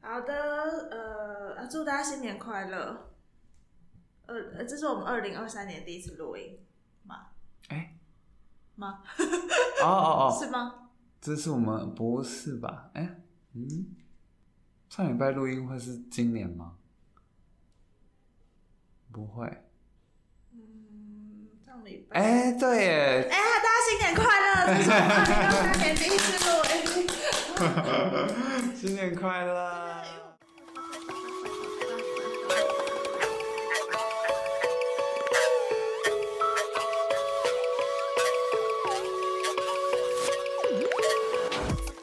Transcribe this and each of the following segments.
好的，呃，祝大家新年快乐。呃，呃这是我们二零二三年第一次录音哦哦哦，是吗？这是我们不是吧？哎、嗯，上礼拜录音会是今年吗？不会。嗯，上礼拜。哎、哎、对耶，大家新年快乐！这是我们二零二三年第一次录音。新年快乐！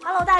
Hello，大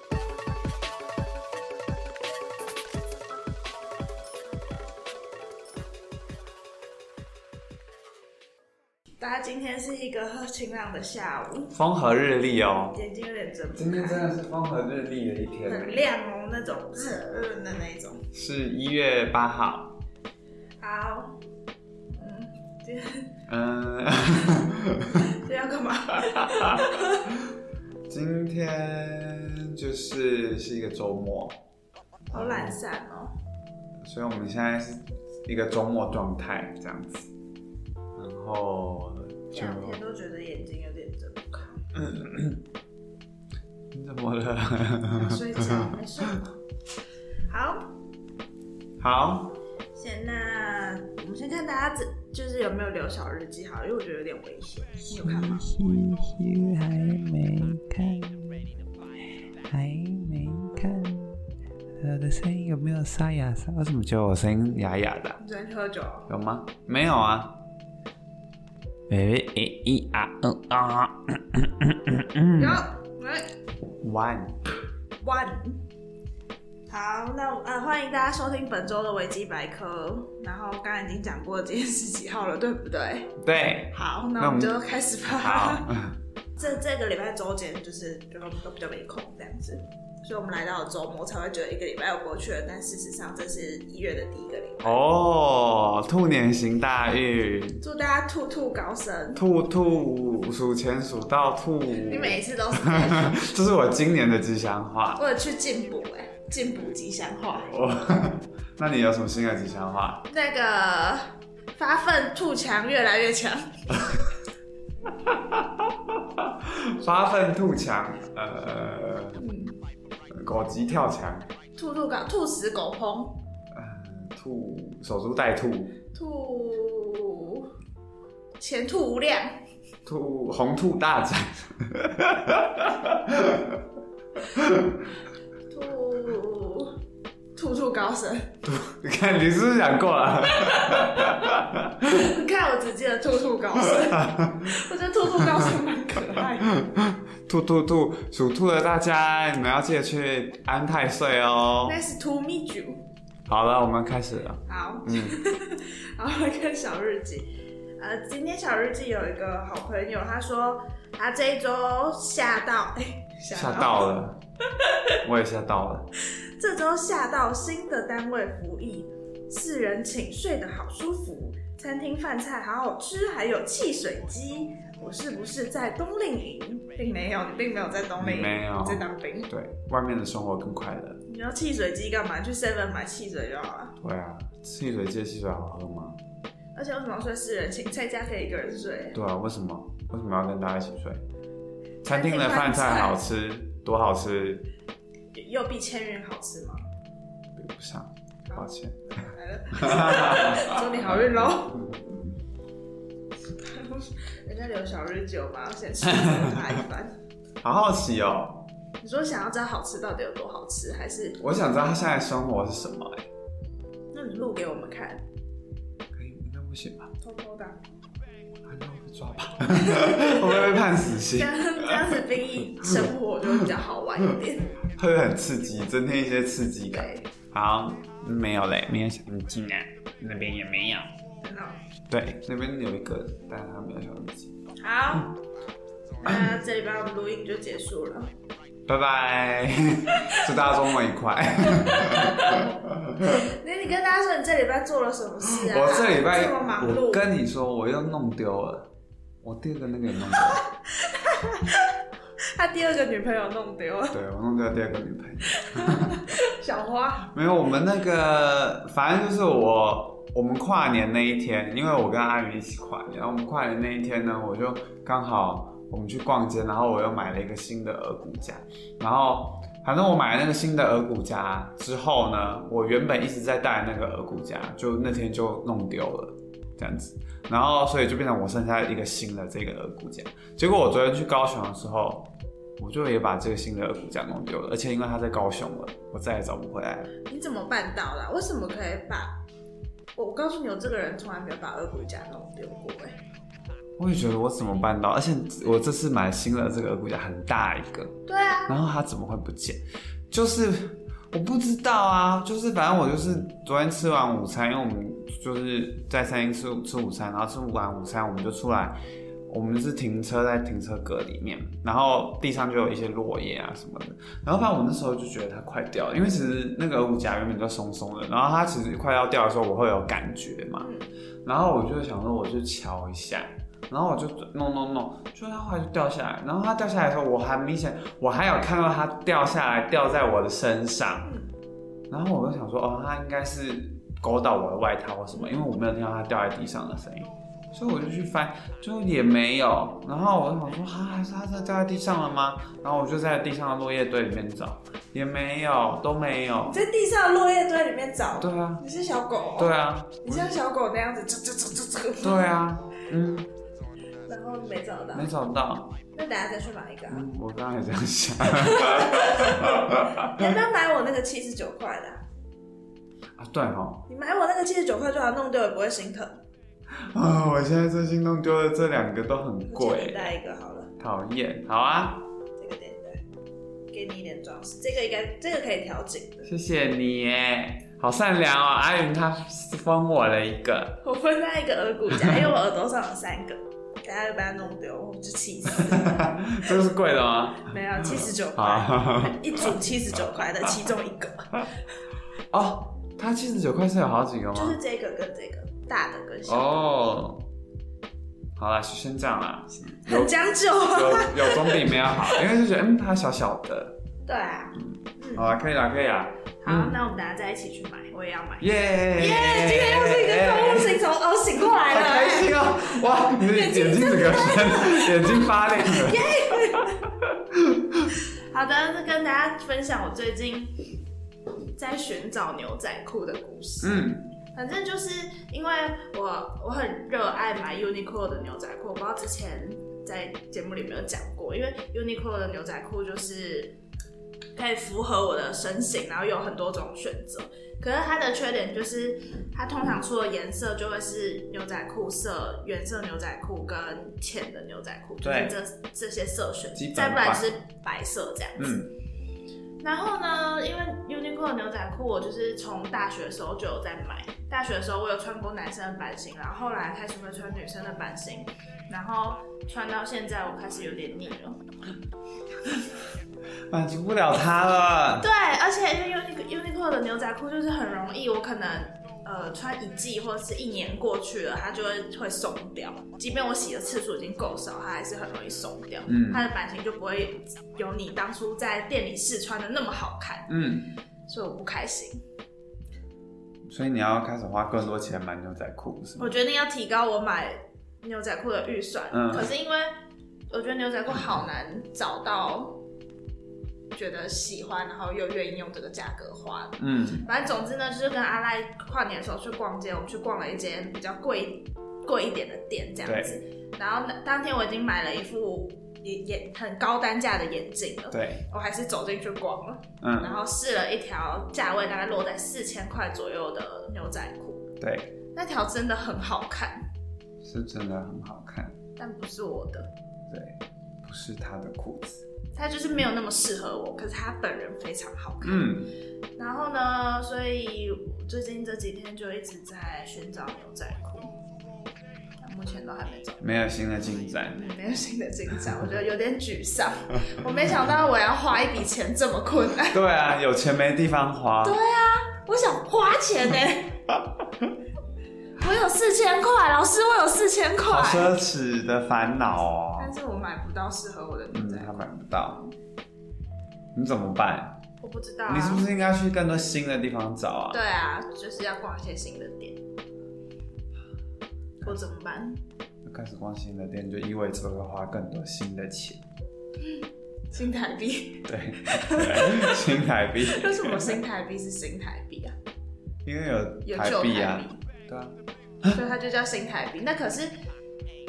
大家今天是一个晴朗的下午，风和日丽哦，眼睛有点睁今不天真开，的是风和日丽的一很天，亮哦，那种热热的那一种。是一月八号。好，嗯，今天嗯，今天要干嘛？ 今天就是是一个周末，好懒散哦。所以我们现在是一个周末状态这样子，然后这就两天都觉得眼睛有点睁不开，你怎么了？睡觉没睡好。好，好，先那我们先看大家这就是有没有留小日记好了，因为我觉得有点危险。你有看吗？嗯还没看，还没看，我的声音有没有沙哑沙？为什么觉得我声音哑哑的？你昨天去喝酒哦？有吗？没有啊。baby a e r n r 嗯有，来 one。 one。好，那呃，欢迎大家收听本周的维基百科。然后刚才已经讲过今天是几号了，对不对？对，好，那那我我们们就开始吧。好， 这这个礼拜周间就是就都比较没空这样子，所以我们来到了周末才会觉得一个礼拜又过去了，但事实上这是一月的第一个礼拜。 哦，兔年行大运，祝大家兔兔高升！兔兔数钱数到兔，你每一次都是这样，这是我今年的吉祥话。为了去进补哎、进补吉祥话，我， 那你有什么新的吉祥话？那个发奋兔强越来越强。发愤兔强，呃，嗯，狗急跳墙，兔兔高兔死狗烹，呃，兔守株待兔，兔前途无量，兔红兔大展， 兔兔兔高升。 你看你是不是想过了？你看我只记得兔兔高升， 我觉得兔兔高升蛮可爱的。 兔兔兔，属兔的大家，你们要记得去安太岁哦。 Nice to meet you。好了，我们开始了。好，嗯， 然后一个小日记。呃，今天小日记有一个好朋友，他说他这一周吓到，哎、吓到了，我也吓到了。这周下到新的单位服役，四人寝睡得好舒服，餐厅饭菜好好吃，还有汽水机。我是不是在冬令营？并没有，你并没有在冬令营，你没有你在当兵。对，外面的生活更快乐。你要汽水机干嘛？去 Seven 买汽水就好了。对啊，汽水界汽水好喝吗？而且为什么要睡四人寝？在家可以一个人睡。对啊，为什么？为什么要跟大家一起睡？餐厅的饭菜好吃，多好吃，又比千云好吃 吗？比不上，抱歉。来了，祝你好运喽！ 人家留小日久嘛，我先吃他一番。好好奇哦，你说想要知道好吃到底有多好吃，还是我想知道他现在生活是什么、欸？那你录给我们看，可以，应该不行吧？偷偷的，啊那我被抓吧， 会不会被判死这刑？样这样子兵役生活就会比较好玩一点。会不会很刺激？增添一些刺激 感。对，好，没有嘞，没有想进来，那边也没有。很好。对，那边有一个，但它没有小日记。好，嗯那这礼拜我们录音就结束了。拜拜，祝大家周末愉 快。那你跟大家说你这礼拜做了什么事啊？我这礼拜这么忙我碌，跟你说，我又弄丢了，我第二个那个也弄丢了，他第二个女朋友弄丢了，对我弄丢了第二个女朋友。小花。没有，我们那个反正就是我我们跨年那一天，因为我跟阿云一起跨年，然后我们跨年那一天呢，我就刚好我们去逛街，然后我又买了一个新的耳骨夹，然后反正我买了那个新的耳骨夹之后呢，我原本一直在戴那个耳骨夹，就那天就弄丢了，这样子。然后，所以就变成我剩下一个新的这个耳骨夹。结果我昨天去高雄的时候，我就也把这个新的耳骨夹弄丢了，而且因为它在高雄了，我再也找不回来了。你怎么办到的啊、为什么可以把？我我告诉你，我这个人从来没有把二骨夹弄丢过、哎，我也觉得我怎么办到？而且我这次买新的这个耳骨夹很大一个，对啊，然后它怎么会不见？就是我不知道啊，就是反正我就是昨天吃完午餐，因为我们就是在餐厅吃吃午餐，然后吃完午餐我们就出来，我们是停车在停车格里面，然后地上就有一些落叶啊什么的，然后反正我那时候就觉得它快掉了，因为其实那个耳骨夹原本就松松的，然后它其实快要掉的时候我会有感觉嘛，嗯，然后我就想说，我就瞧一下，然后我就弄弄弄，就它后来就掉下来。然后它掉下来的时候，我还明显我还有看到它掉下来掉在我的身上嗯，然后我就想说，哦，它应该是勾到我的外套或什么，因为我没有听到它掉在地上的声音。所以我就去翻，就也没有。然后我就想说，啊，还是它真的掉在地上了吗？然后我就在地上的落叶堆里面找，也没有，都没有你。在地上的落叶堆里面找，对啊，你是小狗、哦对，啊，你像小狗那样子，啧啧啧啧啧，对啊，嗯，然后没找到，没找到。那等下再去买一个啊、嗯，我刚才也这样想。你要不要买我那个七十九块的啊、啊，对哦，你买我那个七十九块就好，弄丢也不会心疼。啊，我现在最心动丢的这两个都很我借你贵，带一个好了，讨厌。好啊，这个点带，给你一点装饰，这个应该这个可以调整的。谢谢你耶，好善良哦。阿云他分我了一个，我分在一个耳骨夹，因为我耳朵上有三个，等下就把它弄丢，我就气死。 这个是贵的吗？没有七十九块，好一组七十九块的其中一个，哦，他七十九块是有好几个就吗是？这个跟这个大的跟小的，哦，好啦，就先这样啦，有很将就。有有总比没有好，因为就觉得嗯，它小小的，对啊，好啦，可以啦，可以啦，嗯好，那我们等下再一起去买，我也要买。耶，耶今天又是一个购物耶行程，哦，醒过来好开了。心哦！哇，你的眼睛整个人眼睛发亮了。好的，那跟大家分享我最近在寻找牛仔裤的故事。嗯，反正就是因为我我很热爱买 Uniqlo 的牛仔裤，我不知道之前在节目里有没有讲过，因为 Uniqlo 的牛仔裤就是可以符合我的身形，然后有很多种选择。可是它的缺点就是，它通常出的颜色就会是牛仔裤色、原色牛仔裤跟浅的牛仔裤，就是对这这些色选基，本再不然款就是白色这样子。嗯，然后呢，因为 Uniqlo 的牛仔裤，我就是从大学的时候就有在买。大学的时候，我有穿过男生的版型，然后后来开始会穿女生的版型，然后穿到现在，我开始有点腻了。满足不了他了。对，而且因为 Uniqlo Uniqlo 的牛仔裤就是很容易，我可能呃穿一季或者是一年过去了，它就会会松掉。即便我洗的次数已经够少，它还是很容易松掉。嗯它的版型就不会有你当初在店里试穿的那么好看，嗯，所以我不开心。所以你要开始花更多钱买牛仔裤，是吗我？决定要提高我买牛仔裤的预算，嗯可是因为我觉得牛仔裤好难找到觉得喜欢，然后又愿意用这个价格花的。嗯反正总之呢，就是跟阿赖跨年的时候去逛街，我们去逛了一间比较贵贵一点的店，这样子。然后那当天我已经买了一副眼眼很高单价的眼镜了，对，我还是走进去逛了，嗯然后试了一条价位大概落在四千块左右的牛仔裤，对，那条真的很好看。是真的很好看。但不是我的，对，不是他的裤子。他就是没有那么适合我，可是他本人非常好看。嗯，然后呢，所以我最近这几天就一直在寻找牛仔裤，前都还没找，没有新的进展。嗯没有新的进展，我觉得有点沮丧。我没想到我要花一笔钱这么困难，对啊，有钱没地方花。我想花钱呢、我有四千块，老师，我有四千好块，奢侈的烦恼哦但。是我买不到适合我的牛嗯仔，他裤，买不到，你怎么办？我不知道、啊。你是不是应该去更多新的地方找啊？对啊，就是要逛一些新的店。我怎么办？开始逛新的店，就意味着会花更多新的钱。新台币？ 对， 新台币。为什么新台币是新台币啊？因为有有台旧币台啊，币，对啊，所以它就叫新台币。那可是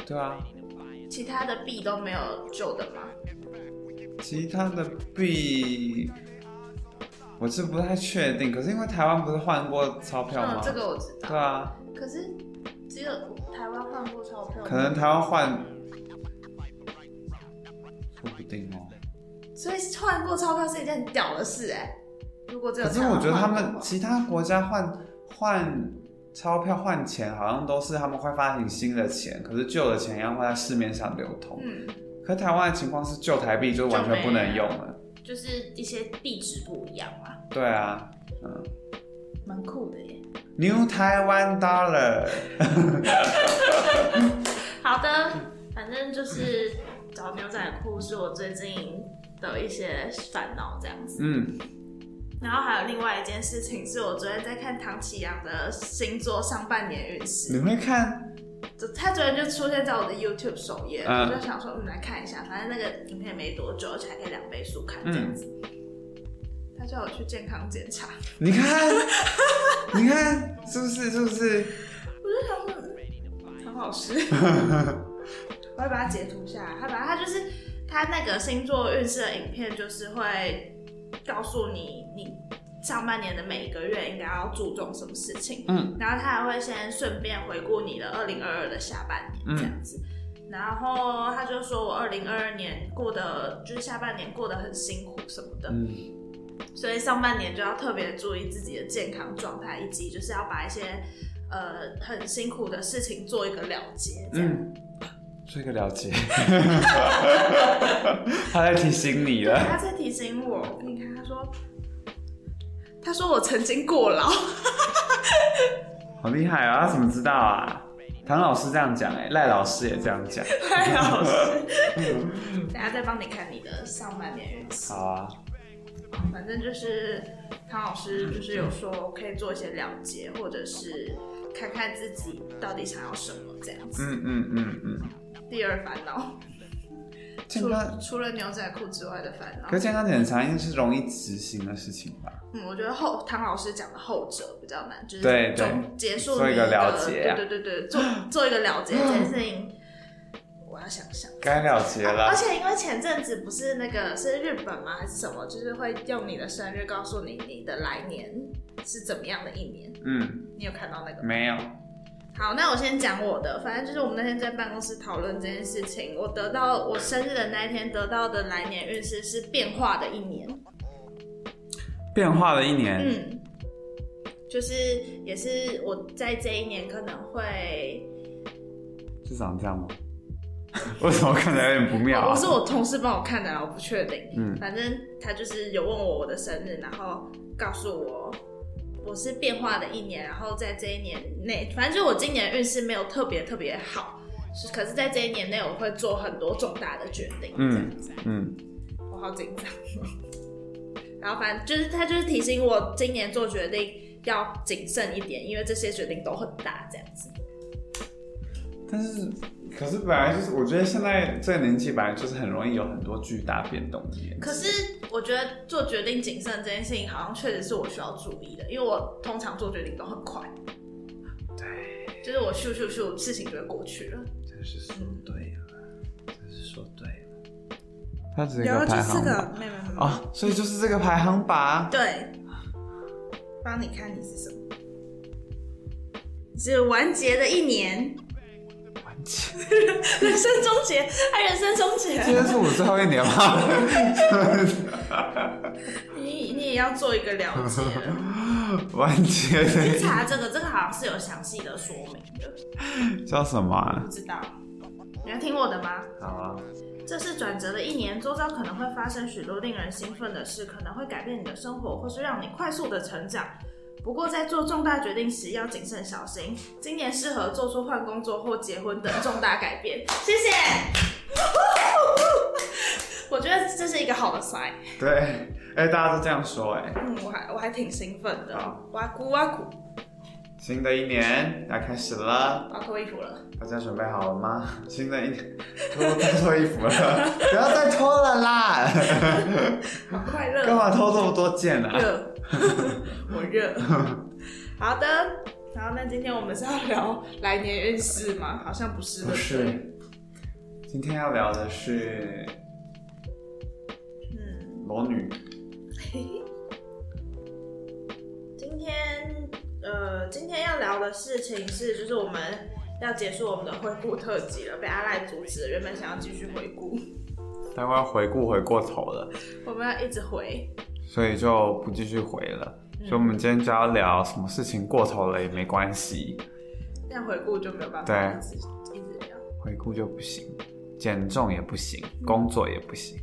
对啊，其他的币都没有旧的吗？其他的币我是不太确定，可是因为台湾不是换过钞票吗嗯，？这个我知道。对啊，可是只有台湾换过钞票吗，可能台湾换，说不定哦。所以换过钞票是一件很屌的事哎、如果只有可台是湾我觉得他换们过其他国家换换钞票换钱，好像都是他们会发行新的钱，可是旧的钱要会在市面上流通。嗯，可台湾的情况是旧台币就完全不能用了。就是一些币值不一样嘛，对啊蛮酷的耶。 ，New Taiwan Dollar，好的，反正就是找牛仔裤是我最近的一些烦恼这样子。嗯，然后还有另外一件事情是我昨天在看唐启阳的星座上半年运势，你会看？就他昨天就出现在我的 YouTube 首页，嗯我就想说，嗯，来看一下，反正那个影片没多久，而且还可以两倍速看这样子。他叫我去健康检查，你看，你看，是不是？是不是？嗯很好吃，我会把它截图下来。他把它就是他那个星座运势的影片，就是会告诉你你上半年的每一个月应该要注重什么事情，嗯，然后他还会先顺便回顾你的二零二二的下半年这样子。然后他就说我二零二二年过得就是下半年过得很辛苦什么的，嗯，所以上半年就要特别注意自己的健康状态，以及就是要把一些呃很辛苦的事情做一个了结。这样，嗯做一个了解， 他在提醒你对，了。他在提醒我，我给你看，他说，他说我曾经过劳， 好厉害啊！他怎么知道啊？唐老师这样讲、哎，赖老师也这样 讲。赖老师，等下再帮你看你的上半年运势。好啊，反正就是唐老师就是有说可以做一些了结，或者是看看自己到底想要什么这样子。嗯嗯嗯嗯，第二烦恼，健除康，了除了牛仔裤之外的烦恼可。是健康检查应该是容易执行的事情吧？嗯，我觉得后唐老师讲的后者比较难，就是对对总结束做一你个的了解啊对对对对，做做一个了 解这件事情，我要想想。该了结啊了而。且因为前阵子不是那个是日本吗还是什么，就是会用你的生日告诉你你的来年是怎么样的一年，嗯，你有看到那个吗？没有。嗯好，那我先讲我的，反正就是我们那天在办公室讨论这件事情，我得到我生日的那一天得到的来年运势是变化的一年。变化了一年，嗯，就是也是我在这一年可能会，是长这样吗？ 为什么看起来有点不妙、我啊是？我同事帮我看的啦，我不确定。嗯反正他就是有问我我的生日，然后告诉我我是变化的一年，然后在这一年内，反正就我今年运势没有特别特别好，是可是在这一年内我会做很多重大的决定。嗯这样子嗯，我好紧张。 然后反正就是他就是提醒我今年做决定要谨慎一点，因为这些决定都很大，这样子。但是可是本来就是，我觉得现在这个年纪本来就是很容易有很多巨大变动的年纪。可是我觉得做决定谨慎这件事情，好像确实是我需要注意的，因为我通常做决定都很快。对，就是我咻咻咻，事情就会过去了。真是说对了，真是说对了。它只是一个就排是行榜啊个，没有没有没有，啊、所以就是这个排行榜。对，帮你看你是什么，是完结的一年，完 结，人生终结，爱人生终结。今天是我最后一年吗？ 你你也要做一个了解， 完结去查这个，这个好像是有详细的说明的，叫什么、啊不？知道。你要听我的吗？好啊，这是转折的一年，周遭可能会发生许多令人兴奋的事，可能会改变你的生活，或是让你快速的成长。不过，在做重大决定时要谨慎小心。今年适合做出换工作或结婚等重大改变。谢谢。我觉得这是一个好的 sign。对，哎、大家都这样说、哎，嗯，我还我还挺兴奋的哦好。哇酷哇酷，新的一年要开始了，我要脱衣服了。大家准备好了吗？新的一年，我该脱衣 服了，不要再脱了啦！好快干乐，哦嘛脱这么多件啊？热， 我热。好的，然后那今天我们是要聊来年运势吗？好像不是，不是，今天要聊的是嗯，裸女，今天呃，今天要聊的事情是，就是我们要结束我们的回顾特辑了，被阿赖阻止了，原本想要继续回顾，待会儿回顾回过头了，我们要一直回，所以就不继续回了。所以我们今天就要聊什么事情过头了也没关系，但回顾就没有办法对一直一直聊。回顾就不行，减重也不行，工作也不行。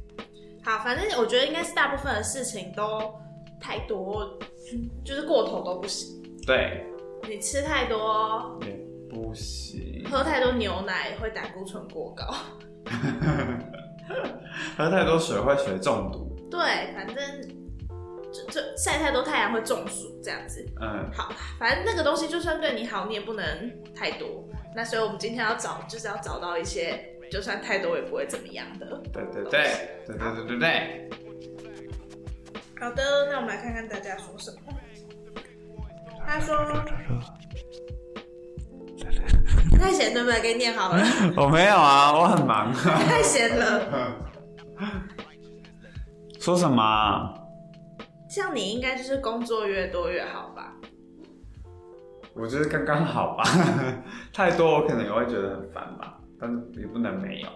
好，反正我觉得应该是大部分的事情都太多，就是过头都不行。对，你吃太多，也不行。喝太多牛奶会胆固醇过高。喝太多水会水中毒。对，反正就就晒太多太阳会中暑这样子。嗯，好，反正那个东西就算对你好，你也不能太多。那所以我们今天要找，就是要找到一些就算太多也不会怎么样的。对对对对对对对对。好的，那我们来看看大家说什么。他说 太闲对不对？给你念好了，我没有啊，我很忙。太闲了。说什么啊？像你应该就是工作越多越好吧？我觉得刚刚好吧， 太多我可能也会觉得很烦吧，但是也不能没有。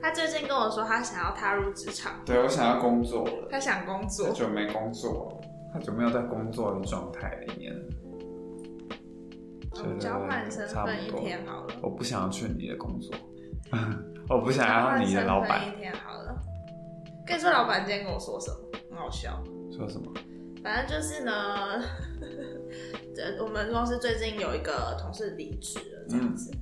他最近跟我说他想要踏入职场，对我想要工作了，他想工太作。久没工作，太久没有在工作的状态里面。我们哦交换身份一天好了，我不想要去你的工作， 我不交想要换你的身老份板一天好了。跟你说，老板今天跟我说什么？很好笑。说什么。反正就是呢，呃这我们公司最近有一个同事离职了，这样子。嗯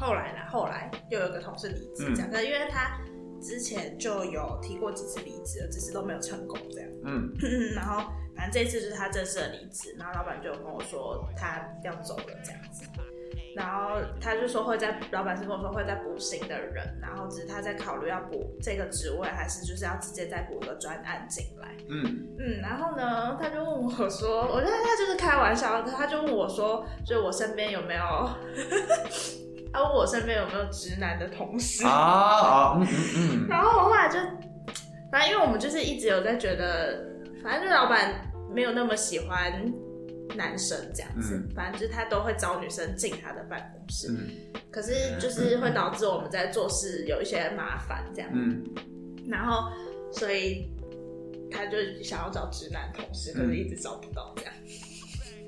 后来啦，后来又有一个同事离职，这嗯样，可是因为他之前就有提过几次离职了，只是都没有成功这样。嗯，然后反正这次就是他正式的离职，然后老板就跟我说他要走了这样子。然后他就说会在，老板是跟我说会在补新的人，然后只是他在考虑要补这个职位，还是就是要直接再补一个专案进来。 嗯，嗯，然后呢，他就问我说，我觉得他就是开玩笑，他就问我说，就我身边有没有， 他问我身边有没有直男的同事，啊啊，嗯嗯然后我后来就，反正因为我们就是一直有在觉得，反正就是老板没有那么喜欢男生这样子，嗯反正就是他都会招女生进他的办公室， 嗯可是就是会导致我们在做事有一些麻烦这样，嗯然后所以他就想要找直男同事，嗯可是一直找不到这样。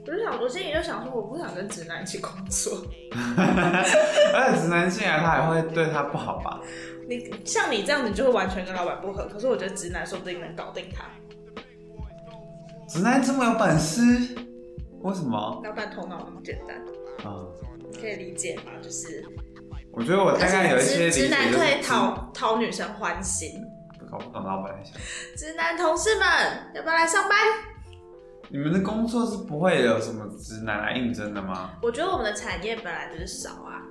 我就想，我心里就想说，我不想跟直男一起工作。 嗯， 而且直男进来他还会对他不好吧？你像你这样，你就会完全跟老板不合。可是我觉得直男说不定能搞定他。直男这么有本事，为什么？老板头脑那么简单，啊，可以理解吗？就是，我觉得我大概有一些直直理解男就是嗯可以讨讨女生欢心。搞不懂老板在想。直男同事们，要不要来上班？你们的工作是不会有什么直男来应征的吗？我觉得我们的产业本来就是少啊。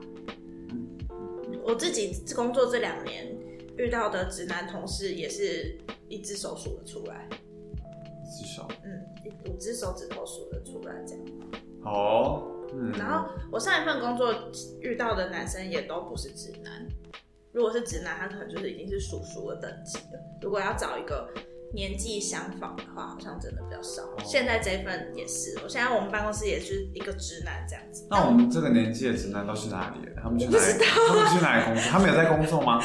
我自己工作这两年遇到的直男同事也是一只手数得出来，至少嗯，一五只手指头数得出来这样。哦，嗯，然后我上一份工作遇到的男生也都不是直男，如果是直男，他可能就是已经是叔叔的等级了。如果要找一个年纪相仿的话，好像真的比较哦少。现在这一份也是，我现在我们办公室也是一个直男这样子。那我们这个年纪的直男都去哪里了？他们去哪里？他们去哪里工作？他们有在工作吗？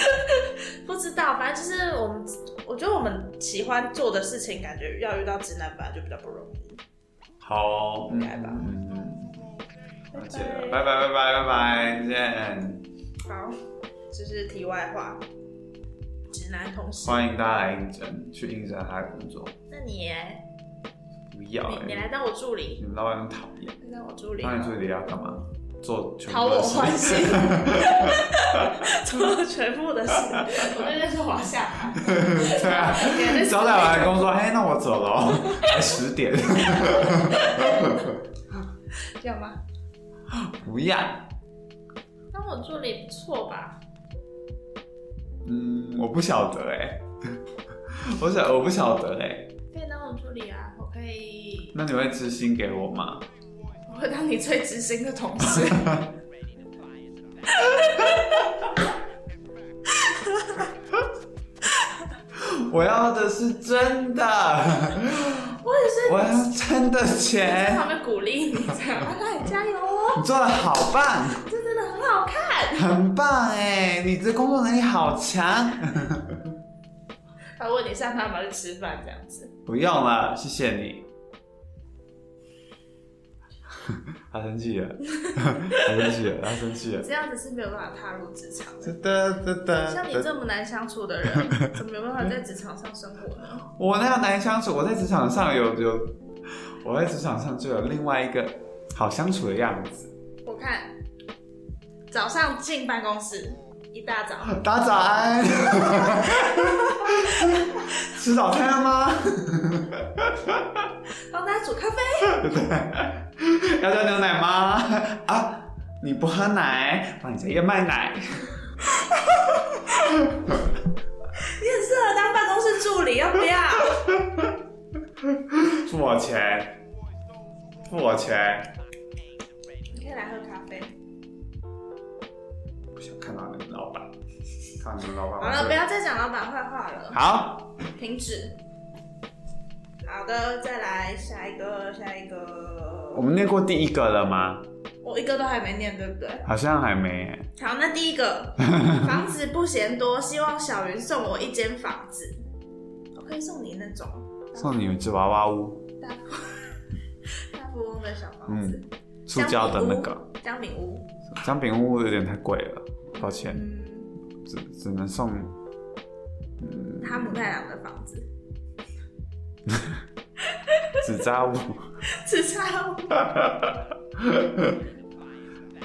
不知道，反正就是我们，我觉得我们喜欢做的事情，感觉要遇到直男本来就比较不容易。好哦，嗯应该吧嗯嗯，了解了，拜拜拜拜拜拜，见。好，这是题外话。直男同事，欢迎大家来应征，去应征他的工作。那你耶不要、欸，你你来当我助理，你们老板很讨厌，你当我助理吧，那你助理要干嘛？做全讨部我的事欢心， 做全部的事，我那个是华夏吧， 对啊，感觉是招待完的工作，嘿，那我走了哦，才十点， 要吗？不要。当我助理不错吧？嗯，我不晓得哎、 我想我不晓得哎、可以当我助理啊，我可以，那你会知心给我吗？我会当你最知心的同事。我要的是真的， 我也是我要真的在旁钱。边鼓励你，这样，阿赖加油哦，你做的好棒，这真的很好看。很棒哎、你这工作能力好强。 他问你上他们去吃饭这样子，不用了，谢谢你。 他生气了， 他生气了，他生 气了。这样子是没有办法踏入职场的。哒哒哒哒像你这么难相处的人，怎么有办法在职场上生活呢？我那样难相处，我在职场上有有，我在职场上就有另外一个好相处的样子。我看早上进办公室，一大早，大家早安， 吃早餐了吗？帮大家煮咖啡，要加牛奶吗？啊，你不喝奶，帮你加燕麦奶。你很适合当办公室助理，要不要？付我钱，付我钱。你可以来喝咖啡。不想看到你们老板，看到你们老板。好了，不要再讲老板坏话了，好，停止。好的，再来下一个，下一个。我们念过第一个了吗？我一个都还没念，对不对？好像还没耶。好，那第一 个，房子不嫌多，希望小云送我一间房子。我可以送你那种送你们只娃娃屋，大富大富翁的小房子，嗯塑胶的那个姜饼屋。姜饼屋有点太贵了，抱歉，嗯，只只能送。哈姆太郎的房子，纸扎屋，自杀哦屋。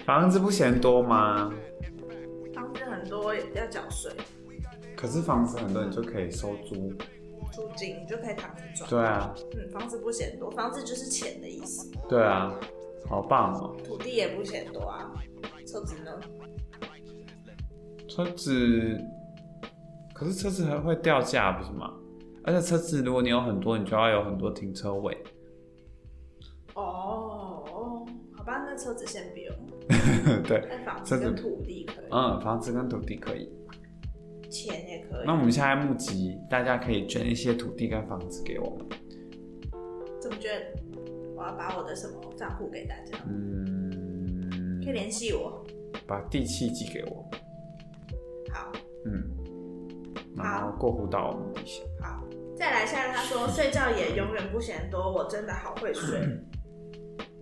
房子不嫌多吗？房子很多要缴税，可是房子很多，你就可以收租。租金你就可以躺着赚。对啊，嗯，房子不嫌多，房子就是钱的意思。对啊，好棒哦！土地也不嫌多啊，车子呢？车子，可是车子还会掉价，不是吗？而且车子如果你有很多，你就要有很多停车位。 哦，好吧，那车子先不用，对，那房子跟土地可以，嗯，房子跟土地可以。钱也可以那。我们现在募集，大家可以捐一些土地跟房子给我们。怎么捐？我要把我的什么账户给大家，可以嗯，联系我。把地契寄给我。好，嗯，然后过户到我们底下。好，再来下一个，他说睡觉也永远不嫌多，我真的好会 睡。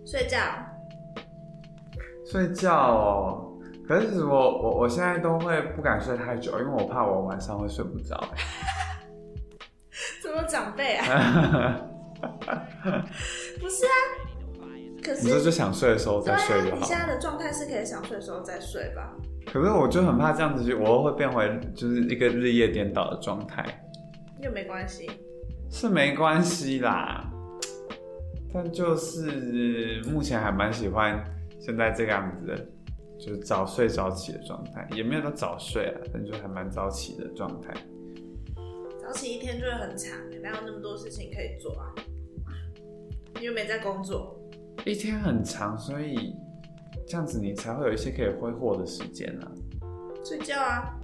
睡觉，睡觉哦。可是我我我现在都会不敢睡太久，因为我怕我晚上会睡不着、 这么长辈啊？哎不是啊，可你说是就想睡的时候对再啊睡就，你好。现在的状态是可以想睡的时候再睡吧？可是我就很怕这样子，就我又会变回就是一个日夜颠倒的状态，又没关系，是没关系啦。但就是目前还蛮喜欢现在这个样子的，就是早睡早起的状态，也没有到早睡啊，但就还蛮早起的状态。早起一天就会很长，哪有那么多事情可以做啊？你又没在工作，一天很长，所以这样子你才会有一些可以挥霍的时间啊。睡觉啊，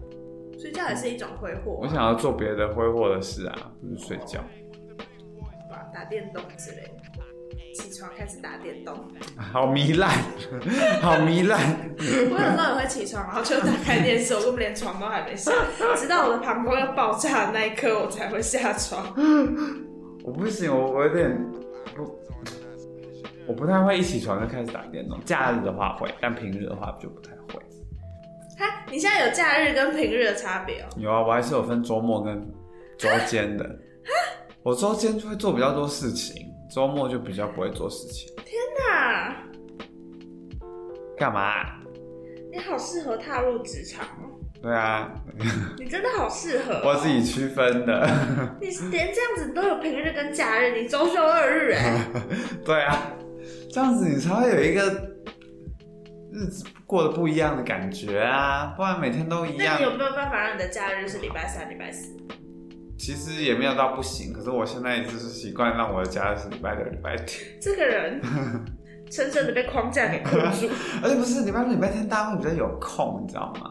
睡觉也是一种挥霍啊、我想要做别的挥霍的事啊，不是睡觉。吧打电动之类的。起床开始打电动，好糜烂，好糜烂。我有时候也会起床，然后就打开电视，我根本连床都还没下，直到我的膀胱要爆炸的那一刻，我才会下床。我不行，我我有点不，我不太会一起床就开始打电动。假日的话会，但平日的话就不太会。哈，你现在有假日跟平日的差别哦、有啊，我还是有分周末跟周间的。我周间就会做比较多事情，周末就比较不会做事情。那干嘛啊、你好适合踏入职场哦，对啊，你真的好适合哦、我自己区分的。你连这样子都有平日跟假日，你周休二日哎、对啊，这样子你才会有一个日子过得不一样的感觉啊，不然每天都一那样你。有没有办法让你的假日是礼拜三、礼拜四？其实也没有到不行，可是我现在就是习惯让我的假日是礼拜六、礼拜天，这个人深深的被框架给困住。而且不是礼拜六、礼拜天大家会比较有空，你知道吗？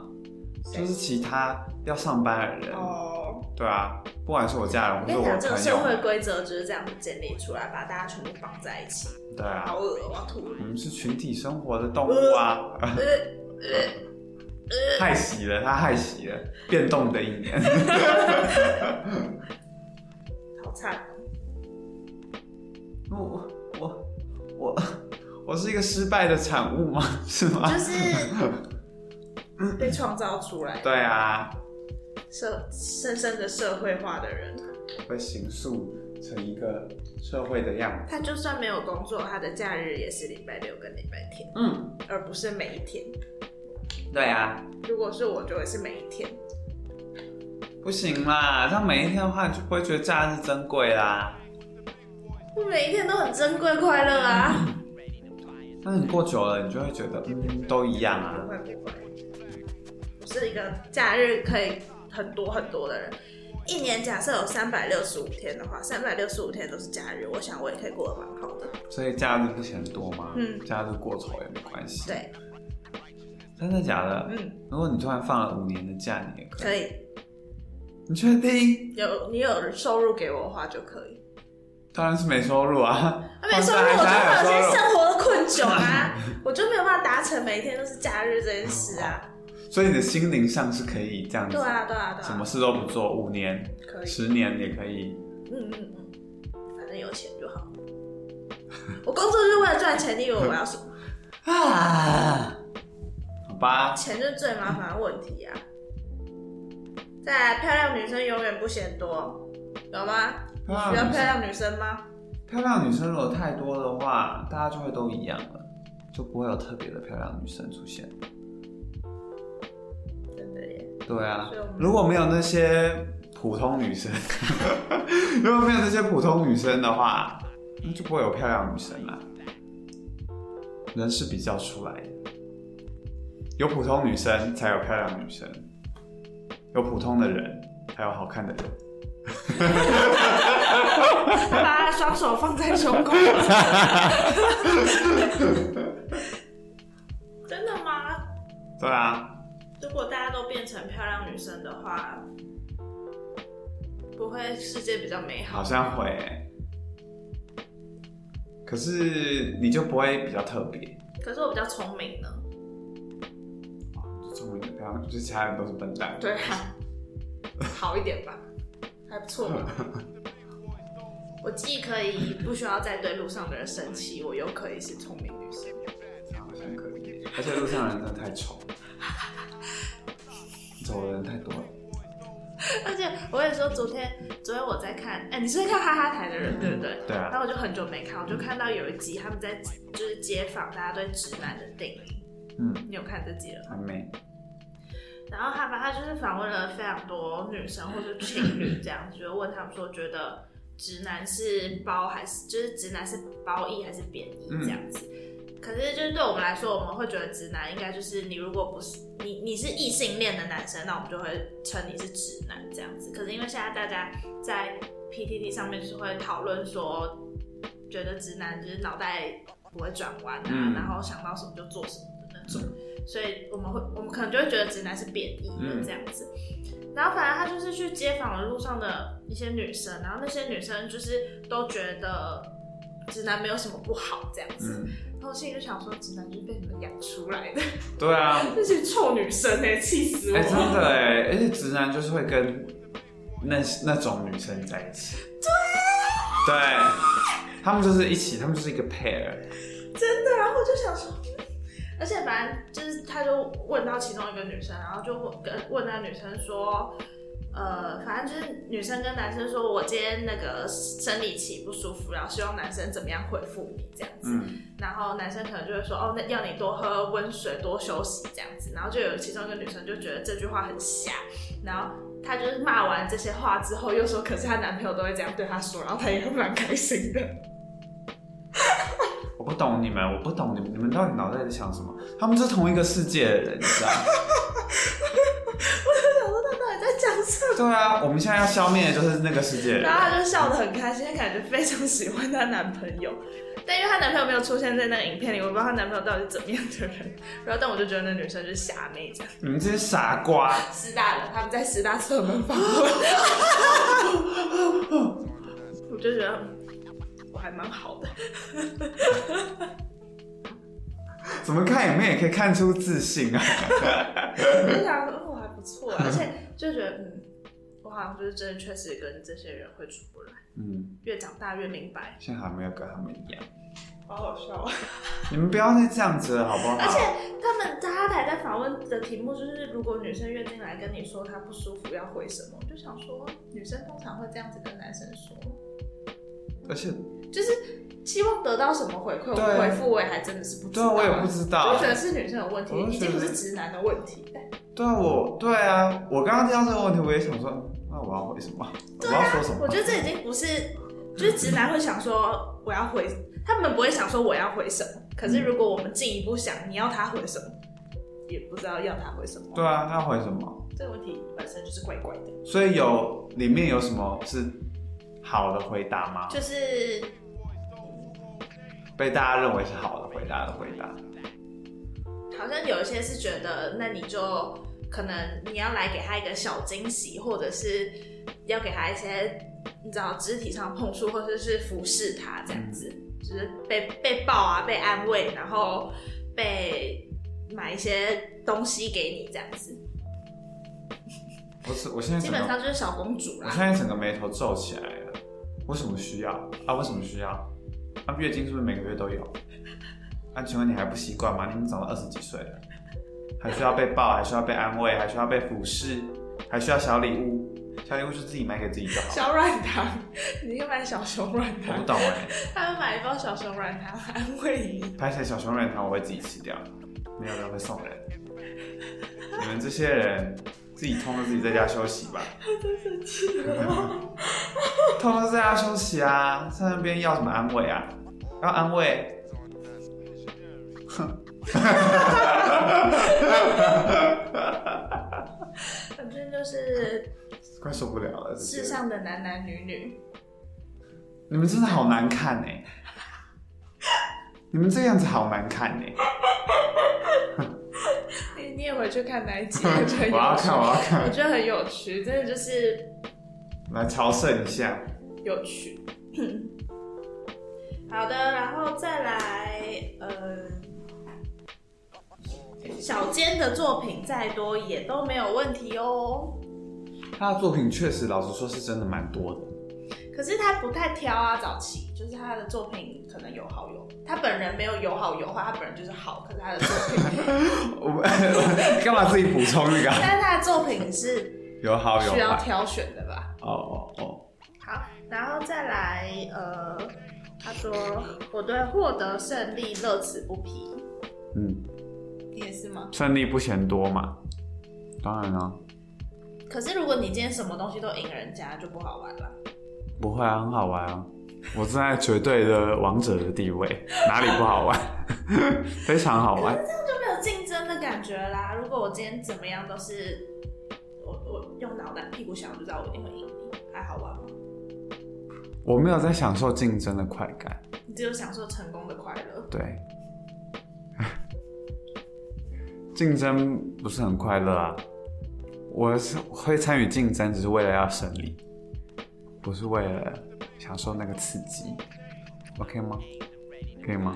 就是其他要上班的人，哦，对啊，不管是我家人我或跟是你我讲，的这个朋社会友，规则就是这样子建立出来，把大家全部绑在一起。对啊好，恶哦，我要吐了。我们是群体生活的动物啊，呃呃，害喜了，他害喜了，变动的一年。好惨。我我我我是一个失败的产物吗？是吗？就是被创造出来，对啊，社深深的社会化的人，会形塑成一个社会的样子。他就算没有工作，他的假日也是礼拜六跟礼拜天，嗯，而不是每一天。对啊，如果是我，就会是每一天。不行啦，这样每一天的话，你就不会觉得假日珍贵啦。我每一天都很珍贵快乐啊！但是你过久了，你就会觉得嗯，都一样不啊。会不会，我是一个假日可以很多很多的人。一年假设有三百六十五天的话，三百六十五天都是假日，我想我也可以过得蛮好的。所以假日不嫌多吗？嗯假日过头也没关系。，对，真的假的？嗯，如果你突然放了五年的假，你也可以。可以你确定？有你有收入给我的话就可以。当然是没收入啊。 啊，没收入我就会有些生活的困窘啊，我就没有办法达成每一天都是假日这件事啊。所以你的心灵上是可以这样子，对啊，对啊，对啊，什么事都不做，五年、可以？十年也可以。嗯嗯嗯，反正有钱就好。 我工作就是为了赚钱，你以为我要什么？啊，好吧，钱就是最麻烦的问题啊！再来，漂亮女生永远不嫌多，有吗？漂需要亮漂女生，亮女生吗？漂亮女生如果太多的话，大家就会都一样了，就不会有特别的漂亮女生出现。真的耶，对啊所以我们，如果没有那些普通女生， 如果没有那些普通女生的话，那就不会有漂亮女生啦。人是比较出来的，有普通女生才有漂亮女生，有普通的人才有好看的人。他把他的双手放在 胸口了。真的吗？对啊，如果大家都变成漂亮女生的话，不会世界比较美好好？像会欸、可是你就不会比较特别，可是我比较聪明呢。就聪明的漂亮，就其他人都是笨蛋。对啊，好一点吧，还不 错吧。我既可以不需要再对路上的人生气，我又可以是聪明女生。好像可以，而且路上人真的太丑，走的人太多了。而且我跟你说，昨天昨天我在看，哎、你是看哈哈台的人对不对？对啊然，后我就很久没看，我就看到有一集他们在就是街访大家对直男的定义，嗯，你有看这集了吗？还没，然后他把他就是访问了非常多女生或者情侣这样，就问他们说觉得直男是褒还是就是直男是褒义还是贬义这样子。可是就是对我们来说，我们会觉得直男应该就是你如果不是你你是异性恋的男生，那我们就会称你是直男这样子。可是因为现在大家在 PTT 上面就是会讨论说，觉得直男就是脑袋不会转弯啊，嗯然后想到什么就做什么的那种。所以我们会我们可能就会觉得直男是贬义的嗯这样子。然后反正他就是去街访的路上的一些女生，然后那些女生就是都觉得直男没有什么不好这样子。嗯，然后我心里就想说，直男就是被你们养出来的，对啊，那些臭女生哎、气死我！哎、真的哎、而且直男就是会跟那那种女生在一起，对，他们就是一起，他们就是一个 pair，真的，然后我就想说，嗯而且反正就是，他就问到其中一个女生，然后就问跟问那女生说，呃，反正就是女生跟男生说，我今天那个生理期不舒服，然后希望男生怎么样回复你这样子，嗯，然后男生可能就会说，哦，那要你多喝温水，多休息这样子，然后就有其中一个女生就觉得这句话很瞎，然后。她就是骂完这些话之后，又说，可是她男朋友都会这样对她说，然后她也蛮开心的。我不懂你们，我不懂你们，你们到底脑袋在想什么？他们是同一个世界的人，你知道吗？ 我想说，她到底在讲什么？对啊，我们现在要消灭的就是那个世界的人 然，后她就笑得很开心，感觉非常喜欢她男朋友。 但因为她男朋友没有出现在那个影片里，我不知道她男朋友到底是怎么样的人。然后，但我就觉得那女生就是傻妹这样。你们这些傻瓜，师大人，他们在师大侧门访问， 我就觉得嗯我还蛮好的。怎么看你们也可以看出自信啊？ 我就想说，嗯我还不错， 而且就觉得，嗯，我好像就是真的确实跟这些人会处不来，嗯，越长大越明白，幸好没有跟他们一样，好好笑啊。你们不要再这样子了，好不好？而且他们他还在访问的题目就是，如果女生月经来跟你说她不舒服，要回什么？我就想说，女生通常会这样子跟男生说，而且，就是希望得到什么回馈。对我回复我也还真的是不知对道，啊，我也不知道我就觉，得是女生有问题我，就已觉得经不是直男的问题。对啊，我对啊，我刚刚听到这个问题，我也想说，那我要回什么？我要说什么？啊我觉得这已经不是，就是直男会想说我要回，他们不会想说我要回什么。可是如果我们进一步想，你要他回什么，也不知道要他回什么。对啊，他要回什么？这个问题本身就是怪怪的。所以有里面有什么是好的回答吗？就是被大家认为是好的回答的回答，好像有一些是觉得，那你就可能你要来给他一个小惊喜，或者是要给他一些你知道肢体上碰触，或者是服侍他这样子，就是被被抱啊，被安慰，然后被买一些东西给你这样子，不是，我现在基整本个，上就是小公主我啦 现。在整个眉头皱起来了。为什么需要啊？为什么需要？啊，月经是不是每个月都有？啊，请问你还不习惯吗？你已经长到二十几岁了，还需要被抱，还需要被安慰，还需要被服侍，还需要小礼物。小礼物就自己买给自己就好。小软糖， 你可以买小熊软我不糖，懂哎、他们买一包小熊软糖来安慰 你。拍起小熊软糖我会自己吃掉，没有人会送人。你们这些人自己痛就自己在家休息吧，痛就在家休息啊，在那边要什么安慰啊？要安慰？ 反正就是快受不了了！这世些人上的男男女女。你们真的好难看 哎、你们这样子好难看哎、 你你也回去看那一集，我觉得很嗯我要有看，趣，我要看，我觉得很有趣，真的就是来朝圣一下。有趣。 好的，然后再来，呃，小坚的作品再多也都没有问题哦。他的作品确实，老实说是真的蛮多的。 可是他不太挑啊，早期就是他的作品可能有好有，他本人没有有好有坏，他本人就是好，可是他的作品，？我们干嘛自己补充这个但是他的作品是有好有需要坏。挑选的吧？哦哦哦，好，然后再来，呃，他说我对获得胜利乐此不疲，嗯，你也是吗？胜利不嫌多嘛。当然啊，可是如果你今天什么东西都赢人家，就不好玩了。不会啊，很好玩啊。我正在绝对的王者的地位， 哪里不好玩？ 非常好玩。就没有竞争的感觉啦。如果我今天怎么样都是，我我用脑袋屁股想，我就知道我一定会赢你，还好玩吗？我没有在享受竞争的快感，你只有享受成功的快乐。对。 竞争不是很快乐啊。我是会参与竞争，只是为了要胜利，不是为了享受那个刺激。OK 吗？可以吗？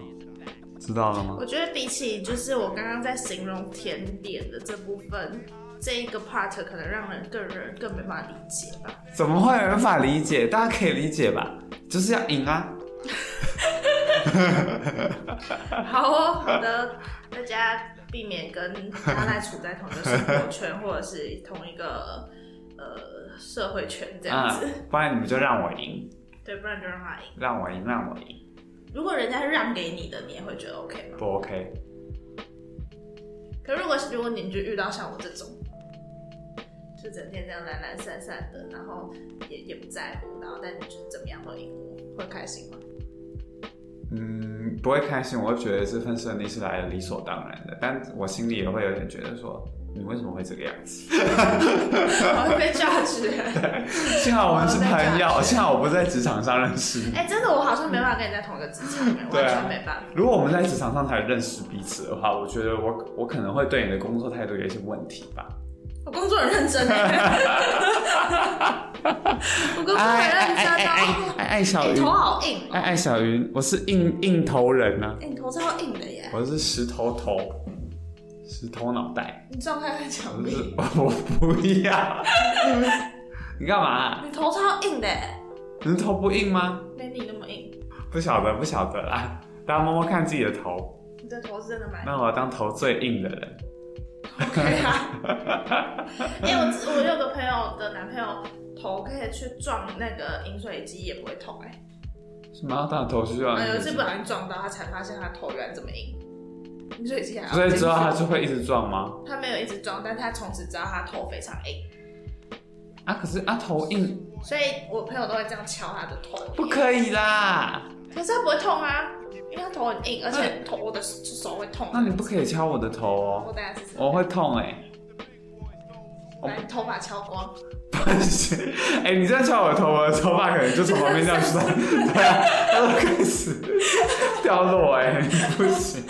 知道了吗我？觉得比起就是我刚刚在形容甜点的这部分，这一个 part 可能让人更人更没办法理解吧。怎么会有人法理解？大家可以理解吧？就是要赢啊！好哦，好的，大家避免跟阿赖处在同一个生活圈或者是同一个呃社会圈这样啊子，，不然你们就让我赢，对，不然就让他赢。让我赢，让我赢，如果人家让给你的，你也会觉得 OK 吗？不 OK？可如果如果你就遇到像我这种，就整天这样懒懒散散的，然后也也不在乎，然后但你就是怎么样会赢我，会开心 吗？嗯，不会开心，我会觉得这份胜利是来的理所当然的，但我心里也会有点觉得说，你为什么会这个样 子？我会被 judge。幸好我们是朋友，幸好我不是在职场上认识你。哎、真的，我好像没办法跟你在同一个职场，哎对完啊全没办法。如果我们在职场上才认识彼此的话，我觉得我我可能会对你的工作态度有一些问题吧。我工作很认 真哎、我工作很认真哦。哎哎小你云头，好硬、哎哦，哎小云，我是硬硬头人啊，哎、你头超硬的耶，我是石头头，石头脑袋。你撞开了墙不是壁， 我不要。你干嘛、你头超硬的耶，你的头不硬吗？没你那么硬，不晓得，不晓得啦。大家摸摸看自己的头。你的头是真的蛮硬的。那我要当头最硬的人。对 啊，因为我只我有个朋友的男朋友头可以去撞那个饮水机也不会痛哎、什么要当头去啊啊？有一次不小心撞到，他才发现他头原来这么硬，饮水机还要所以进去之后他就会一直撞吗？他没有一直撞，但他从此知道他头非常硬，啊，可是啊头硬所以我朋友都会这样敲他的头，不可以啦。可是他不会痛啊，因为他头很硬，而且头我的手会痛。嗯那你不可以敲我的头我哦，等下试试，我会痛哎、把你头发敲光，不行， 哎、你这样敲我的头，我的头发可能就从旁边这 样摔，对啊，它就开始掉落、哎，不行，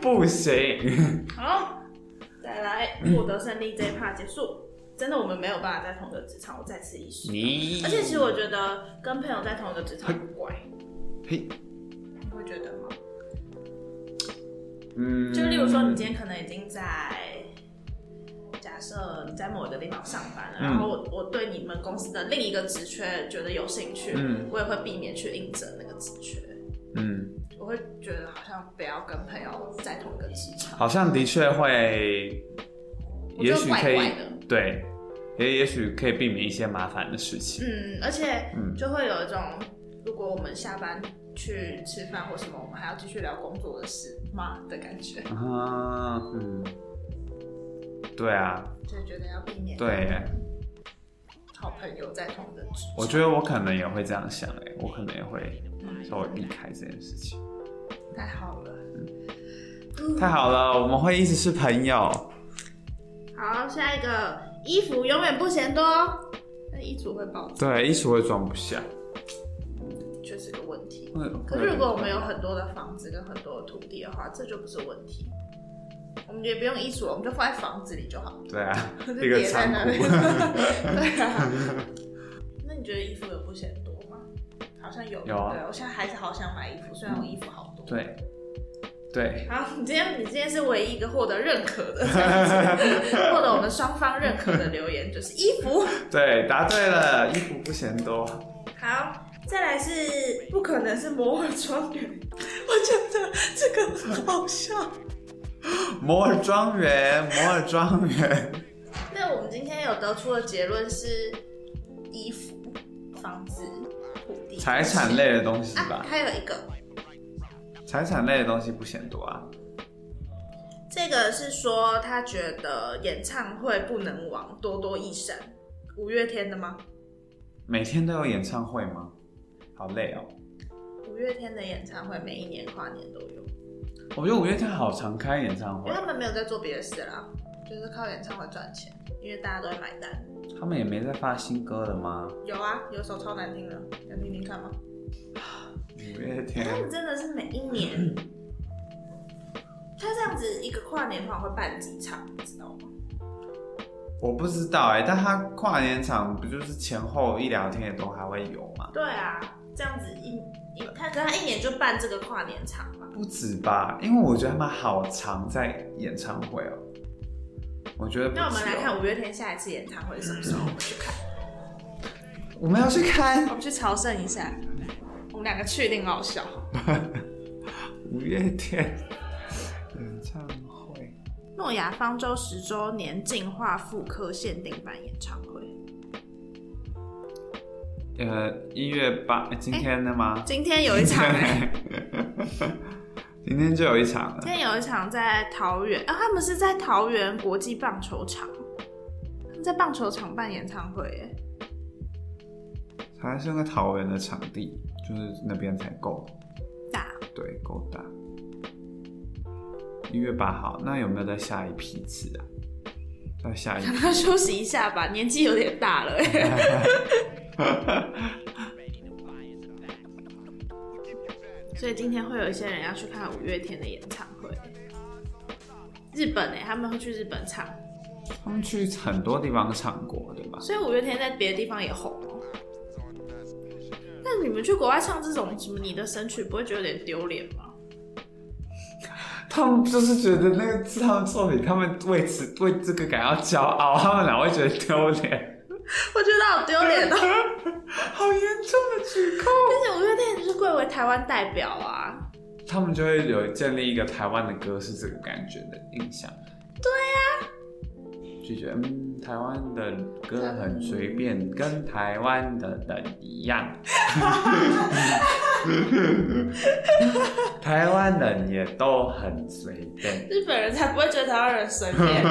不行，好，再来获得胜利这一趴结束。真的，我们没有办法在同一个职场，我再次意识到。你而且其实我觉得跟朋友在同一个职场不乖，嘿，你会觉得吗？嗯就例如说，你今天可能已经在，假设你在某一个地方上班了，嗯然后我我对你们公司的另一个职缺觉得有兴趣，嗯我也会避免去应征那个职缺。嗯，我会觉得好像不要跟朋友在同一个职场，好像的确会，我也觉得许怪可以，怪的。对，也也许可以避免一些麻烦的事情，嗯，而且嗯就会有一种，如果我们下班去吃饭或什么，我们还要继续聊工作的事吗的感觉，啊，嗯，对啊，就觉得要避免对耶。好朋友在同一个职我场。嗯觉得我可能也会这样想、哎，我可能也会稍微避开这件事情。太好了，太好了，我们会一直是朋友。好，下一个衣服永远不嫌多，那衣橱会爆，对，一时会装不下。确实个问题。会可是如果我们有很多的房子跟很多的土地的话，这就不是问题。我们也不用衣橱，我们就放在房子里就好，对啊，就一个叠在仓那里。库。对 啊。那你觉得衣服有不嫌多吗？好像有。有啊对，我现在还是好想买衣服，虽然我衣服好多。。对，对，好，你今天你今天是唯一一个获得认可的，这样 子获得我们双方认可的留言就是衣服。对，答对了，衣服不嫌多。好，再来是不可能是摩尔庄园，我觉得这个很好笑。摩尔庄园，摩尔庄园，那我们今天有得出的结论是衣服、房子、土地、财产类的东西啊，吧，还有一个，财产类的东西不嫌多啊。这个是说他觉得演唱会不能亡，多多益善。五月天的吗？每天都有演唱会吗？好累哦。五月天的演唱会每一年跨年都有，我觉得五月天好常开演唱因会为，他们没有在做别的事啦，就是靠演唱会赚钱，因为大家都会买单。他们也没在发新歌了吗？有啊，有一首超难听的，想听听看吗？五月哎天他们真的是每一年他这样子一个跨年通常会办几场，你知道吗？我不知道哎、但他跨年场不就是前后一两天也都还会有吗？对啊，这样子一一他可是他一年就办这个跨年场嘛，不止吧，因为我觉得他们好常在演唱会哦、我觉得不止那哦我们来看五月天下一次演唱会是什么时候？我们去看，我们要去看我们去朝圣一下。我们两个去一定很好笑。五月天演唱会。诺亚方舟十周年进化复刻限定版演唱会，呃，一月八，今天的吗？今天有一场、 欸， 今天就有一场了今。天有一场在桃园，啊，他们是在桃园国际棒球场，他们在棒球场办演唱会、欸，它是个桃园的场地，就是那边才够，大 对，够大。一月八号，那有没有在下一批次啊？在下一批 可能要休息一下吧，年纪有点大了、 欸。所以今天会有一些人要去看五月天的演唱会，日本哎、他们会去日本唱，他们去很多地方唱过，对吧？所以五月天在别的地方也红哦。那你们去国外唱这种什么你的神曲，不会觉得有点丢脸吗？他们就是觉得那个是他们作品，他们为此为这个感到骄傲，他们哪会觉得丢脸？我觉得好丢脸 哦，好严重的举控。而且五月天也是贵为台湾代表啊。他们就会有建立一个台湾的歌是这个感觉的印象。啊对呀、就觉得嗯，台湾的歌很随便，跟台湾的人一 样。台湾人也都很随便。日本人才不会觉得台湾人随 便，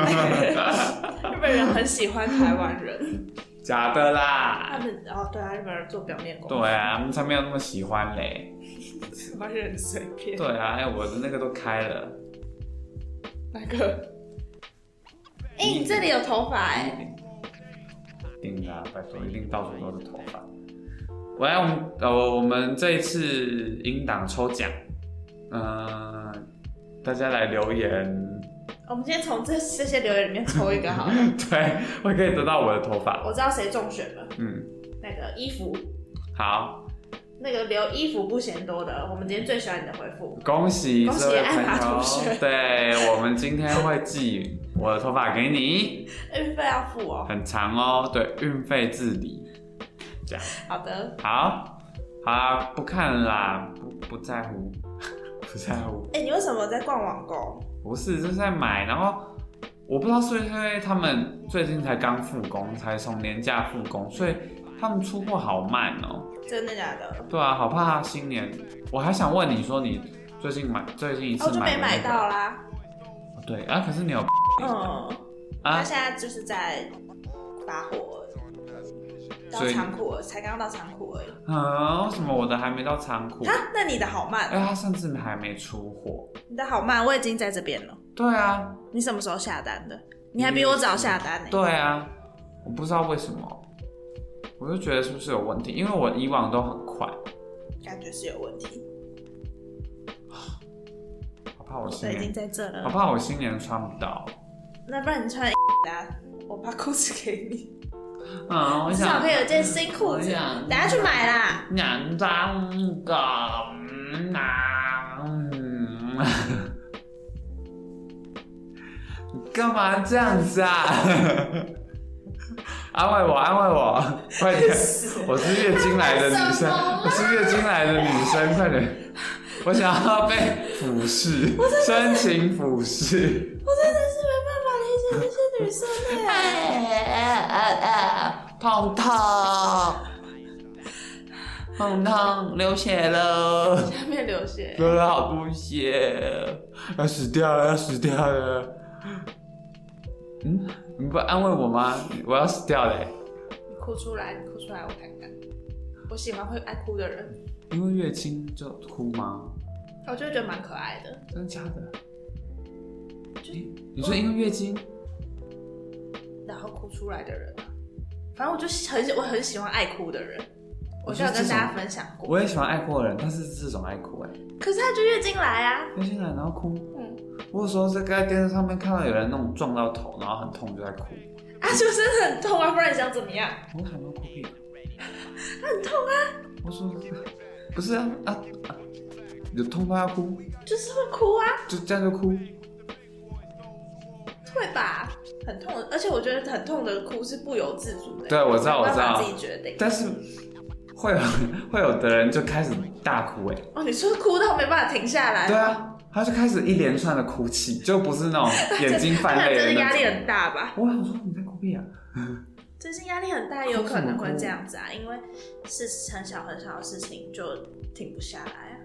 日本人很喜欢台湾人，假他的啦，们哦对啊，日本人做表面功对夫，啊，他们才没有那么喜欢嘞。台湾人很随便，对啊，哎，我的那个都开了，那个，哎、你这里有头发哎、一定的啊，拜托，一定到处都是头发。喂，我们呃，我们这一次音档抽奖，嗯、大家来留言， 我们先从这这些留言里面抽一个好了， 对，会可以得到我的头发。我知道谁中选了，嗯，那个衣服，好，那个留衣服不嫌多的，我们今天最喜欢你的回复，恭喜 恭喜这位艾朋玛同学友，对我们今天会寄我的头发给你，运费要付哦，很长哦，对，运费自理，这样。好的，好，好啦，不看了啦，不不在乎， 不在乎，哎、你为什么在逛网购？不是就是在买，然后我不知道是不是因为他们最近才刚复工，才从年假复工，所以他们出货好慢哦、真的假的？对啊，好怕他新年。我还想问你说，你最近买最近一哦，次就买、没买到。啦，对啊，可是你有嗯。他啊？现在就是在发火而已，到所以仓库而已才刚到仓库而已。啊，为什么我的还没到仓库？哈，那你的好哎，慢，他甚至还没出货。你的好慢，我已经在这边了。对啊，你什么时候下单的？你还比我早下单呢、对啊，我不知道为什么，我就觉得是不是有问题？因为我以往都很快，感觉是有问题。好怕我我新已经年，在这好了，怕我新年穿不到。那不然你穿啊，我把裤子给你，嗯， 我至少想可以有件新裤子，我想等下去买啊啦。两张狗啊！嗯你 干嘛这样子啊？ 安慰我，安慰我，快点！我是月经来的女什生么啊，我是月经来的女生，快点！我想要被俯视，深情俯视。我真的是没办法理解这些女生哎、 痛痛，痛痛，流血了。下面流血，流了好多血，要死掉了，要死掉了。嗯，你不安慰我吗？我要死掉嘞、欸你哭出来，你哭出来，我看看。我喜欢会爱哭的人。因为月经就哭吗？我就会觉得蛮可爱的。真的假的？就诶你说因为月经？然后哭出来的人啊，反正我就是很喜我很喜欢爱哭的人，我我就觉有得跟这种大家分享过。我也喜欢爱哭的人，但是这种爱哭哎、可是他就月经来啊，月经来然后哭，嗯，我有时候在在电视上面看到有人那种撞到头，然后很痛就在哭，啊，就真的很痛啊，不然你想怎么样？我想要哭屁，他很痛啊，我说不是啊啊啊，有痛到要哭，就是会哭啊，就这样就哭，会吧？很痛，而且我觉得很痛的哭是不由自主的。对啊我知道没有办法我知道自己决定。但是会有 会有的人就开始大哭哎、哦，你说哭到没办法停下来，对啊，他就开始一连串的哭泣，就不是那种眼睛他泛可能泪真 的的压力那种。很大吧？我想说你在哭屁啊！最近压力很大，也有可能会这样子啊，因为是很小很小的事情就停不下来啊。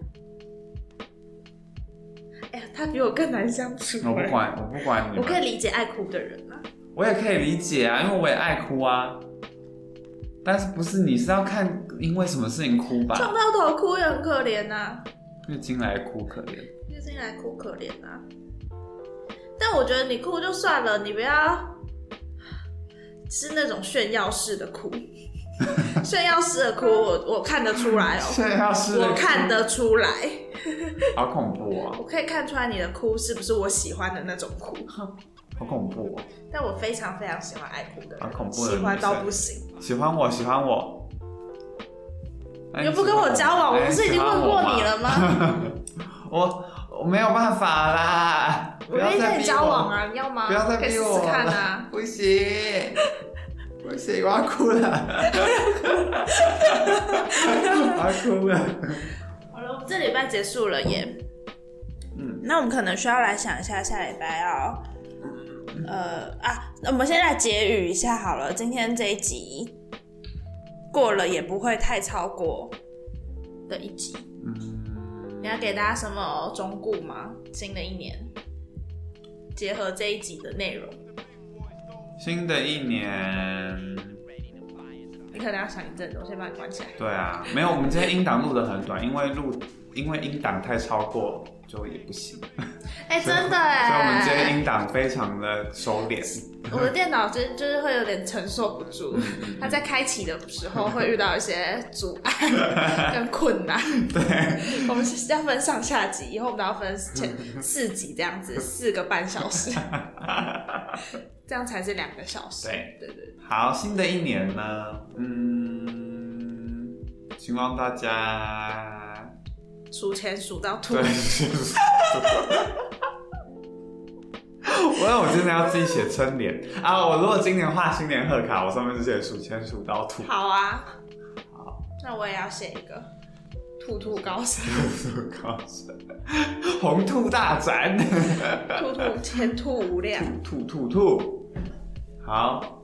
哎呀，他比我更难相处、我不管，我不管你我可们，以理解爱哭的人啊。我也可以理解啊，因为我也爱哭啊。但是不是你是要看因为什么事情哭吧？撞到头哭也很可怜啊呐、月经来哭可怜，月经来哭可怜呐、但我觉得你哭就算了，你不要啊是那种炫耀式的 哭，炫耀式的哭我我看得出来哦、炫耀式的我哭看得出来，好恐怖哦，我可以看出来你的哭是不是我喜欢的那种 哭。好恐怖哦！但我非常非常喜欢爱哭的人，啊恐怖的喜女欢到生不行。喜欢我，喜欢我。哎你又不跟我交往，我不是已经问过你？了吗？喜欢我吗我我没有办法啦，我不要愿意再跟逼你交往我啊，你要吗？不要再可以逼试我试了，看啊。不行，不行，我要哭了， 我要哭了。好了，我们这礼拜结束了耶。嗯，那我们可能需要来想一下下礼拜要，呃啊，那我们先来结语一下好了。今天这一集过了也不会太超过的一集。嗯，你要给大家什么忠告吗？新的一年，结合这一集的内容，新的一年，你可能要想一阵子，我先把你关起来。对啊，没有，我们今天音档录的很短，因为录，因为音档太超过就也不行，哎、所以真的所以我们今哎、天音档非常的收敛。我的电脑真就是会有点承受不 住，嗯它在开启的时候会遇到一些阻碍跟困难。对，我们是要分上下集，以后我们要分前四集这样子，四个半小时，这样才是两个小时。对对对，好，新的一年呢，嗯，希望大家对数钱数到吐对，。我我真的要自己写春联啊！我如果今年画新年贺卡，我上面就写数钱数到吐，好啊，好，那我也要写一个兔兔高升，告诉你红兔大展，兔兔前途无量。兔兔兔。好，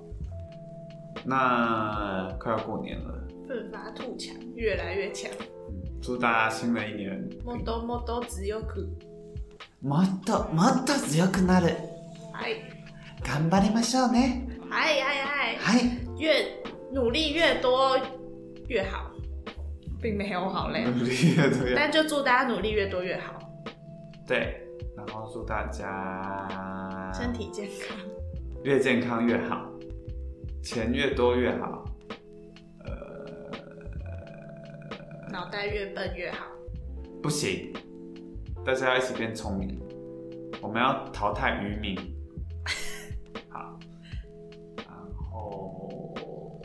那快要过年了，奋发图强，越来越强。祝大家新的一年，もっともっと強く。もっともっと強くなる，はい、頑張りましょうね。はい、はい、ははい。い。越努力越多越好，并没有好累，努力越多越好但就祝大家努力越多越好，对，然后祝大家身体健康。越健康越好，钱越多越好，脑袋越笨越好，不行，大家要一起变聪明，我们要淘汰渔民。好，然后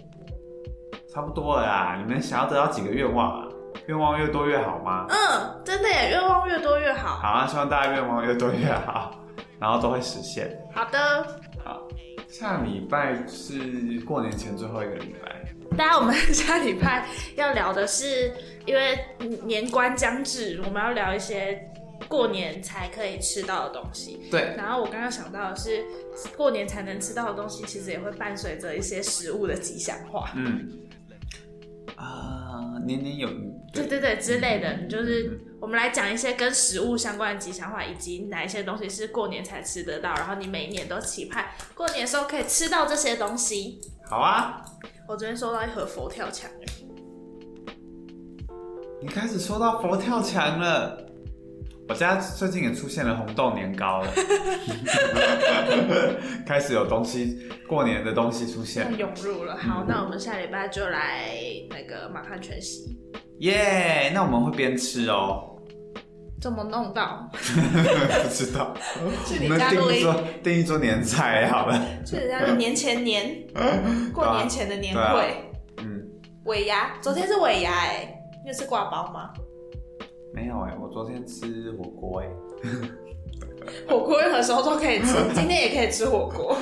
差不多了啦，你们想要得到几个愿望啊？愿望越多越好吗？嗯，真的耶，愿望越多越好。好啊，希望大家愿望越多越好，然后都会实现。好的，下礼拜是过年前最后一个礼拜，大家我们下礼拜要聊的是，因为年关将至，我们要聊一些过年才可以吃到的东西。对，然后我刚刚想到的是，过年才能吃到的东西，其实也会伴随着一些食物的吉祥话，嗯，啊、年年有余。对对对之类嗯的。你就是我们来讲一些跟食物相关的吉祥话，以及哪一些东西是过年才吃得到，然后你每一年都期盼过年的时候可以吃到这些东西。好啊，我昨天收到一盒佛跳墙，你开始说到佛跳墙了。我家最近也出现了红豆年糕了， 开始有东西，过年的东西出要现，涌入了。好，那我们下礼拜就来那个满汉全席，耶那我们会边吃哦， 怎么弄到？不知道，去我你们家录定一音，桌定一桌年菜好了。去人家的年前 年，过年前的年对啊会，嗯，尾牙，昨天是尾牙哎、你有吃挂包吗？没有哎、我昨天吃火锅哎、火锅任何时候都可以 吃，今天也可以吃火锅。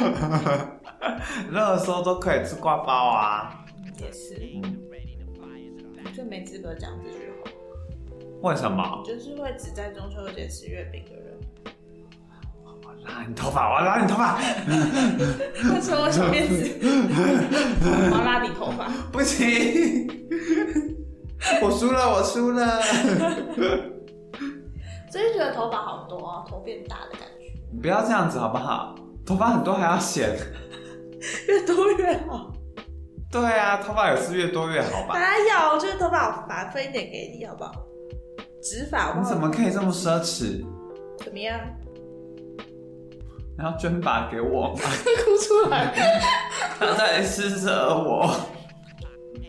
任何时候都可以吃挂包啊。也是，嗯，就没资格讲这句话。为什么？就是会只在中秋节吃月饼的人，我拉你头发，我要拉你头发，他说我小辫子， 我要拉你头发。不行， 我输了，我输了。所以觉得头发好多啊，头变大的感觉，你不要这样子好不好？头发很多还要剪。 越多越好。对啊，头发也是越多越好吧？哪有？我觉得头发好烦，分一点给你好不好？直发你怎么么可以这么奢侈？怎么 样？你要捐发给我吗？ 哭出来，他在施舍我。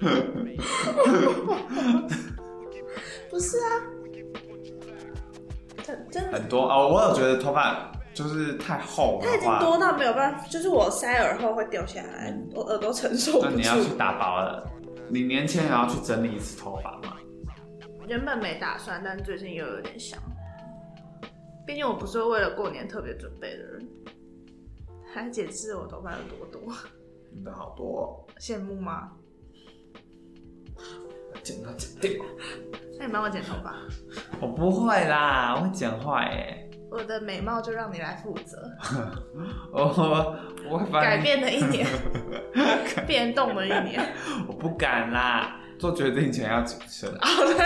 不是啊，真真的。很多哦，我有觉得头发就是太厚它已的经话，多到没有办法，就是我塞耳后会掉下来，我耳朵承受嗯那不你要去住。打薄了。你年前也要去整理一次头发嘛？原本没打算，但最近又有点想。毕竟我不是为了过年特别准备的人。还解释我头发有多多，你的好多、羡慕吗？哦，剪到剪掉。那你帮我剪头发，我不会啦，我会剪坏哎、我的美貌就让你来负责。 我我会把你改，变了一 年，变动了一年。我不敢啦。哦做决定前要谨慎，好的，你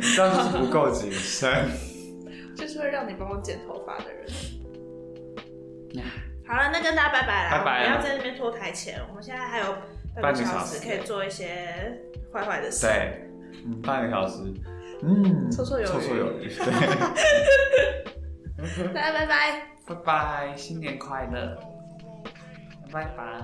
这样就是不够谨 慎。就是会让你帮我剪头发的人。好了，那跟大家拜拜啦，拜拜我啦们不要在那边拖台前，我们现在还有半半个个小小时时可以做一些坏坏的事。对，嗯，半个小时，嗯，绰绰有余绰绰有余。对， 大家拜拜。拜拜，新年快乐，拜拜。